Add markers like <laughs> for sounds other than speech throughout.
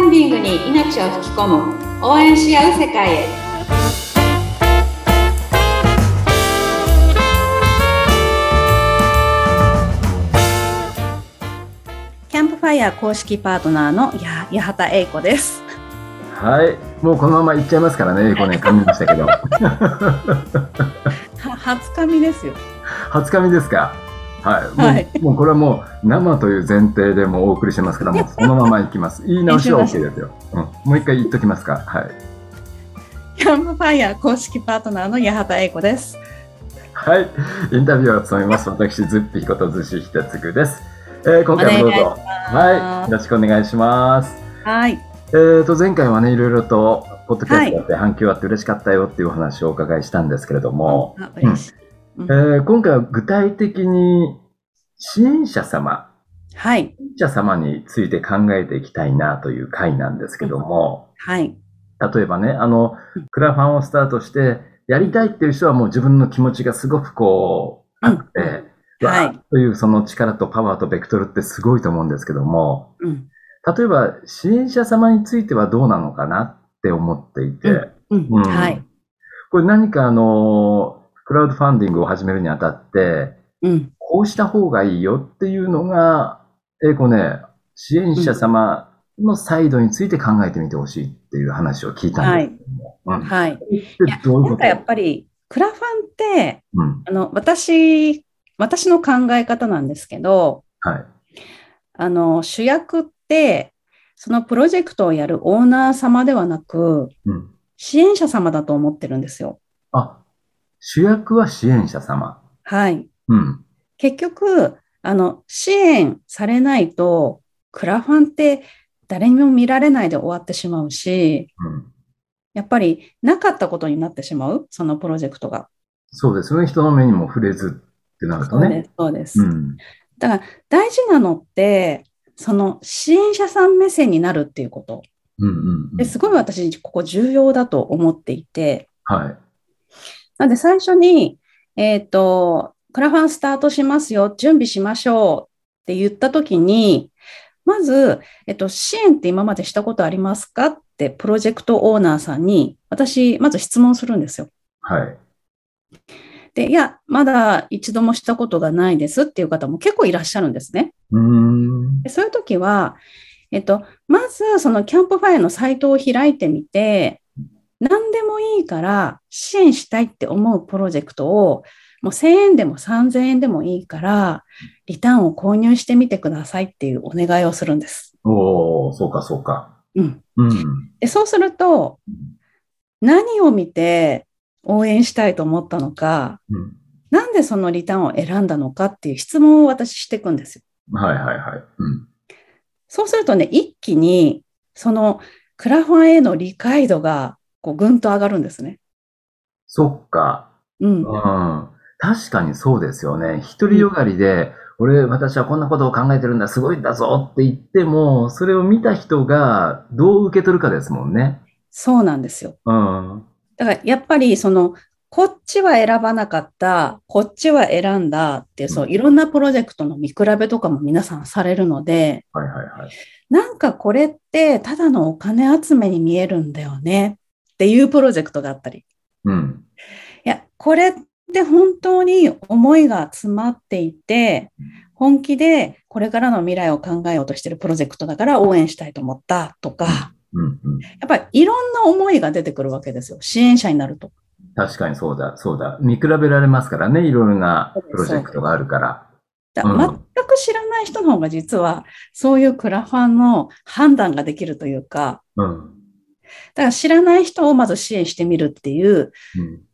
に命を吹き込む応援し合う世界へキャンプファイヤー公式パートナーのや八幡英子ですはい、もうこのまま行っちゃいますからね、こうね、噛みましたけ <laughs> ど。は <laughs> 初髪ですよ初噛みですか。はい、もう、はいもうこれはもう生という前提でもうお送りしてますから、もうそのまま行きます。言い直しは OK ですよ。うん、もう一回言っときますか。はい。キャンプファイヤー公式パートナーの八幡英子ですはい、インタビューを務めます。私、ズッピーこと寿司ひたつぐです。えー今回もどうぞ。はい、よろしくお願いします。はいえーと、前回はね、いろいろと、ポッドキャストやって反響あって嬉しかったよっていうお話をお伺いしたんですけれども、あ嬉しい、うんえー今回は具体的に支援者様、はい支援者様について考えていきたいなという回なんですけども、はい例えばね、あの、クラファンをスタートして、やりたいっていう人はもう自分の気持ちがすごくこう、あって、うんはいわーっというその力とパワーとベクトルってすごいと思うんですけども、うん例えば支援者様についてはどうなのかなって思っていて、うん、うんはいこれ何かあの、クラウドファンディングを始めるにあたって、うんこうした方がいいよっていうのが、えーこうね、支援者様のサイドについて考えてみてほしいっていう話を聞いたんですけども。うんはいでどういうなこんかやっとぱりクラファンってうん。あの、私、私の考え方なんですけど、はい。あの、主役って、そのプロジェクトをやるオーナー様ではなく、うん。支援者様だと思ってるんですよ。あ、主役は支援者様。はい。うん。結局、あの、支援されないと、クラファンって誰にも見られないで終わってしまうし、うん。やっぱりなかったことになってしまう、そのプロジェクトが。そうですよね。人の目にも触れずってなるとそうでね。す。そうです。うん。だから、大事なのって、その支援者さん目線になるっていうこと。うんうん、うん。ですごい私、ここ重要だと思っていて、はい。なんで最初に、えっ、と、クラファンスタートしますよ、準備しましょうって言ったときに、まず、えっと、支援って今までしたことありますかって、プロジェクトオーナーさんに、私、まず質問するんですよ。はい。で、いや、まだ一度もしたことがないですっていう方も結構いらっしゃるんですね。うーんで。そういう時は、えっと、まずそのキャンプファイアのサイトを開いてみて、何でもいいから支援したいって思うプロジェクトを、もう1000円でも3000円でもいいから、リターンを購入してみてくださいっていうお願いをするんです。おー、そうかそうか。うん。うん。で、そうすると、何を見て応援したいと思ったのか、うん。なんでそのリターンを選んだのかっていう質問を私していくんですよはいはいはい。うん。そうするとね、一気に、その、クラファンへの理解度が、こう、ぐんと上がるんですね。そっか。うん。うん確かにそうですよね。独りよがりで、俺、私はこんなことを考えてるんだ、すごいんだぞって言っても、それを見た人がどう受け取るかですもんね。そうなんですよ。うん。だから、やっぱり、その、こっちは選ばなかった、こっちは選んだっていう、そう、いろんなプロジェクトの見比べとかも皆さんされるので、はいはいはい。なんかこれって、ただのお金集めに見えるんだよねっていうプロジェクトがあったり、うん。いや、これって本当に思いが詰まっていて、本気でこれからの未来を考えようとしてるプロジェクトだから応援したいと思ったとか、うんうん。やっぱりいろんな思いが出てくるわけですよ。支援者になると。確かにそうだ、そうだ。見比べられますからね、いろいろなプロジェクトがあるから。だうん全く知らない人の方が実はそういうクラファンの判断ができるというか、うん。だから知らない人をまず支援してみるっていう、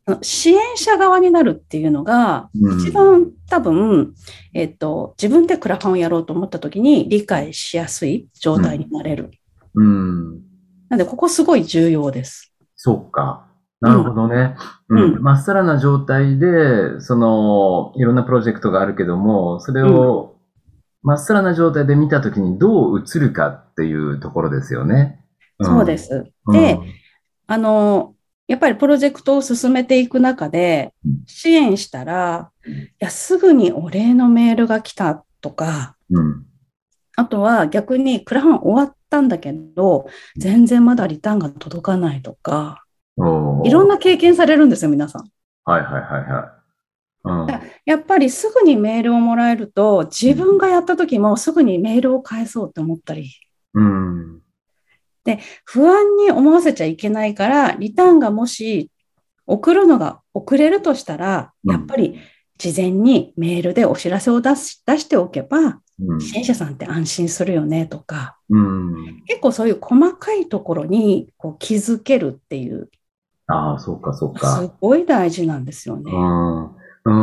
あの支援者側になるっていうのが、うん一番多分、えっと、自分でクラファンをやろうと思った時に理解しやすい状態になれる。うん。うん。なんで、ここすごい重要です。そっか。なるほどね。うん。うんまっさらな状態で、その、いろんなプロジェクトがあるけども、それを、まっさらな状態で見たときにどう映るかっていうところですよね。んそうで。す。うんで、あの、やっぱりプロジェクトを進めていく中でうん、支援したら、うんいや、すぐにお礼のメールが来たとか、うん。あとは逆にクラファン終わっったんだけど、全然まだリターンが届かないとか、おーいろんな経験されるんですよ、皆さん。はいはいはいはい。やっぱりすぐにメールをもらえると、自分がやった時もすぐにメールを返そうって思ったり、うん。うん。不安に思わせちゃいけないから、リターンがもし送るのが遅れるとしたら、うんやっぱり事前にメールでお知らせを出し出しておけば、うん支援者さんって安心するよねとか、うん。結構そういう細かいところにこう気づけるっていう、ああ、そうかそうか。すごい大事なんですよね。うん、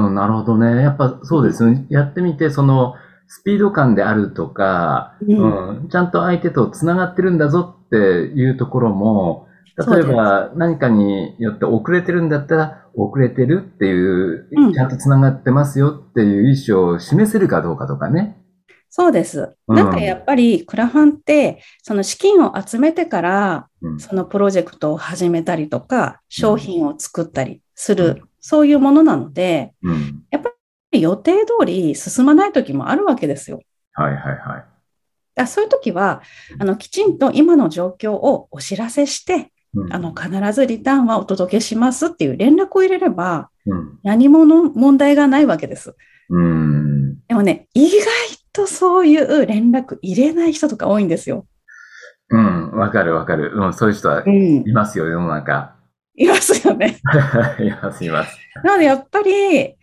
うん、なるほどね。やっぱそうですよね。やってみて、その、スピード感であるとか、うんうん、ちゃんと相手と繋がってるんだぞっていうところも、例えば何かによって遅れてるんだったら、遅れてるっていうう、んちゃんと繋がってますよっていう意思を示せるかどうかとかね。そうです。うんなんかやっぱりクラファンって、その資金を集めてから、うんそのプロジェクトを始めたりとか、商品を作ったりすうる、そういうものなので、うん。予定通り進まない時もあるわけですよ。はいはいはだい。からそういう時は、あの、きちんと今の状況をお知らせして、うんあの、必ずリターンはお届けしますっていう連絡を入れれば、うん。何もの問題がないわけです。うん。でもね、意外とそういう連絡入れない人とか多いんですよ。うん。わかるわかる。うん。そういう人はうん。いますよ、世の中。 <laughs> いますよね。 <laughs> います、います。なのでやっぱり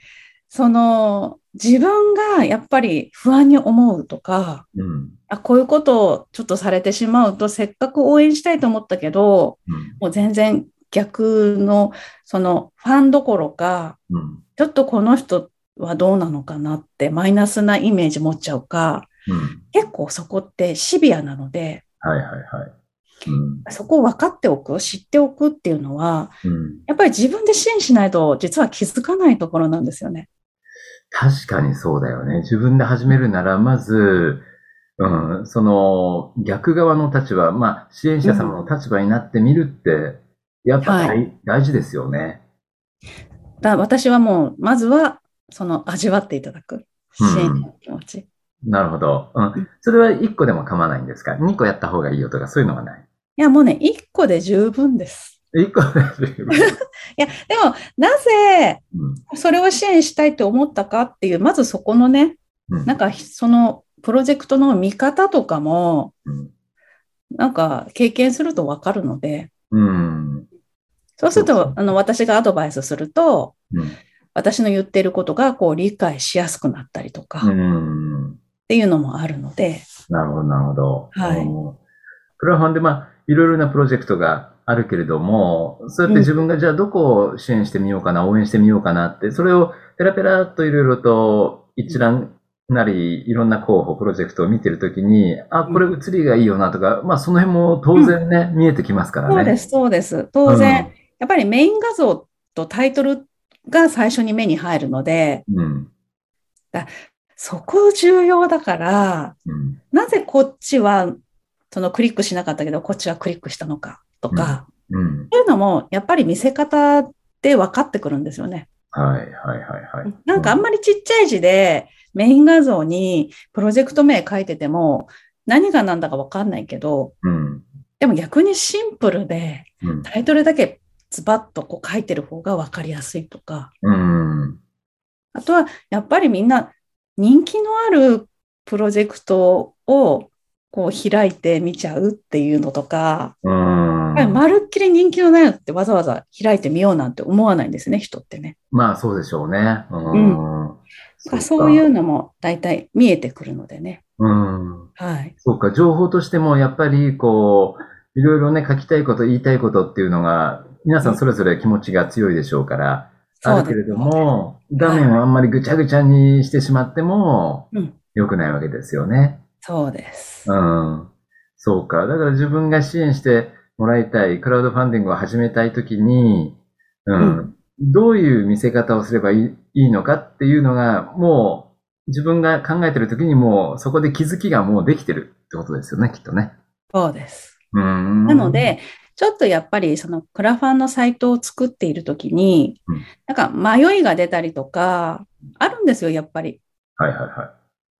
その自分がやっぱり不安に思うとかうん。あこういうことをちょっとされてしまうとせっかく応援したいと思ったけどうん。もう全然逆のそのファンどころかうん。ちょっとこの人はどうなのかなってマイナスなイメージ持っちゃうかうん。結構そこってシビアなのではいはいはい。うん。そこを分かっておく知っておくっていうのはうん。やっぱり自分で支援しないと実は気づかないところなんですよね。確かにそうだよね。自分で始めるなら、まず、うん、その、逆側の立場、まあ、支援者様の立場になってみるって、やっぱ大,、は大事ですよね。だ私はもう、まずは、その味わっていただく。支うん援者の気持ち。なるほど。うん。それは1個でも構わないんですか ?2 個やった方がいいよとか、そういうのはない。いや、もうね、1個で十分です。 1個で十分。いや、でも、なぜ、うんそれを支援したいって思ったかっていう、まずそこのね、うんなんか、その、プロジェクトの見方とかも、うんなんか、経験するとわかるので、うん。そうするそうそとう、あの、私がアドバイスすると、うん。私の言ってることが、こう、理解しやすくなったりとうか、っん。ていうのもあるので、なるほど、なるほど。はいうんクラファンで、まあ、いろいろなプロジェクトがあるけれども、そうやって自分がじゃあどこを支援してみようかな、応援してみようかなって、それをペラペラっといろいろと一覧なり、いろんな候補、プロジェクトを見てるときに、あ、これ映りがいいよなとか、まあ、その辺も当然ね、見えてきますからね。。そうですす、そうです。当然、やっぱりメイン画像とタイトルが最初に目に入るので、うん。そこ重要だから、うん。なぜこっちは、そのクリックしなかったけど、こっちはクリックしたのかとか、うん。そういうのも、やっぱり見せ方で分かってくるんですよね。はい、はい、はい、はい。なんかあんまりちっちゃい字で、メイン画像にプロジェクト名書いてても、何が何だか分かんないけど、うん。でも逆にシンプルで、うん。タイトルだけズバッとこう書いてる方が分かりやすいとか、うん。あとはやっぱりみんな人気のあるプロジェクトをこう開いて見ちゃうっていうのとか、うん。やっぱりまるっきり人気のないのってわざわざ開いてみようなんて思わないんですね、人ってね。まあ、そうでしょうね。うん。そそうかういうのも大体見えてくるのでね。うん。はい。そうか、情報としてもやっぱりこう、いろいろね、書きたいこと、言いたいことっていうのが、皆さんそれぞれ気持ちが強いでしょうから、あるけれども、画面をあんまりぐちゃぐちゃにしてしまっても、うん良くないわけですよね。そうです。うん。そうか。だから自分が支援してもらいたい、クラウドファンディングを始めたいときに、うん、うどういう見せ方をすればいいいいのかっていうのが、もう自分が考えてるときにもうそこで気づきがもうできてるってことですよね、きっとね。そうです。うん。なの、で、ちょっとやっぱりそのクラファンのサイトを作っているときにうん、なんか迷いが出たりとか、あるんですよ、やっぱり。はいはいは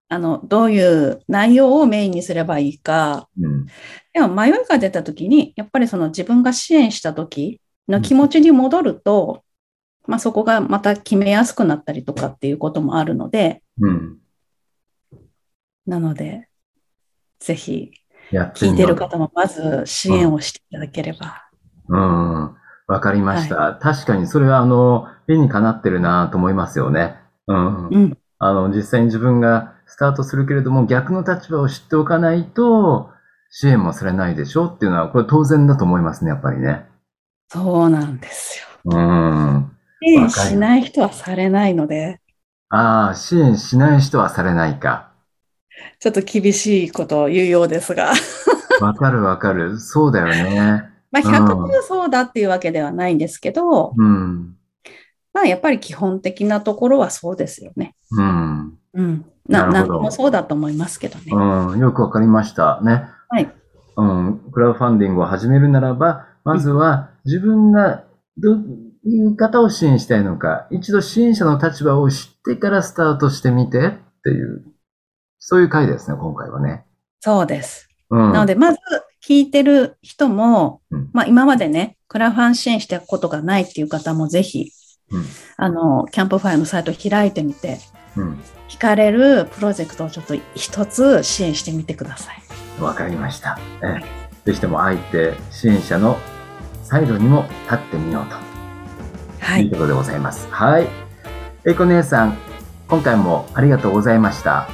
あの、どういう内容をメインにすればいいか。うん。でも迷いが出た時に、やっぱりその自分が支援した時の気持ちに戻ると、まあそこがまた決めやすくなったりとかっていうこともあるので、うん。なので、ぜひやって聞いみてようる。方もまず支援をしていただければ。うんうん。わかりました。確かにそれは、あの、理にかなってるなと思いますよね。うん。うん。あの、実際に自分がスタートするけれども、逆の立場を知っておかないと、支援もされないでしょっていうのは、これ当然だと思いますね、やっぱりね。そうなんですよ。うん。支援わかるしない人はされないので、ああ、支援しない人はされないか。ちょっと厳しいことを言うようですが、わかるわかる。そうだよね。まあう100%そうだっていうわけではないんですけど、うん。まあやっぱり基本的なところはそうですよね。うん。うん。な、ななるんほどでもそうだと思いますけどね。うん、よくわかりましたね。はい。うん、クラウドファンディングを始めるならば、まずは自分がどういう方を支援したいのか、一度支援者の立場を知ってからスタートしてみてっていう、そういう回ですね、今回はね。そうです。うん。なので、まず聞いてる人も、うんまあ今までね、クラファン支援したことがないっていう方もぜひ、うんあの、キャンプファイアのサイト開いてみて、うん。惹かれるプロジェクトをちょっと一つ支援してみてください。わかりました。ええぜひともあえて支援者のサイドにも立ってみようと。、はいいい。ところでございます。はい。えこ姉さん、今回もありがとうございました。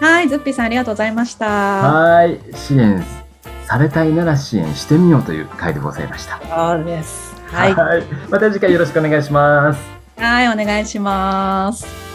はい、ズッピーさんありがとうございました。はい。支援されたいなら支援してみようという回でございました。そうです。はい。はいまた次回よろしくお願いします。はい、お願いします。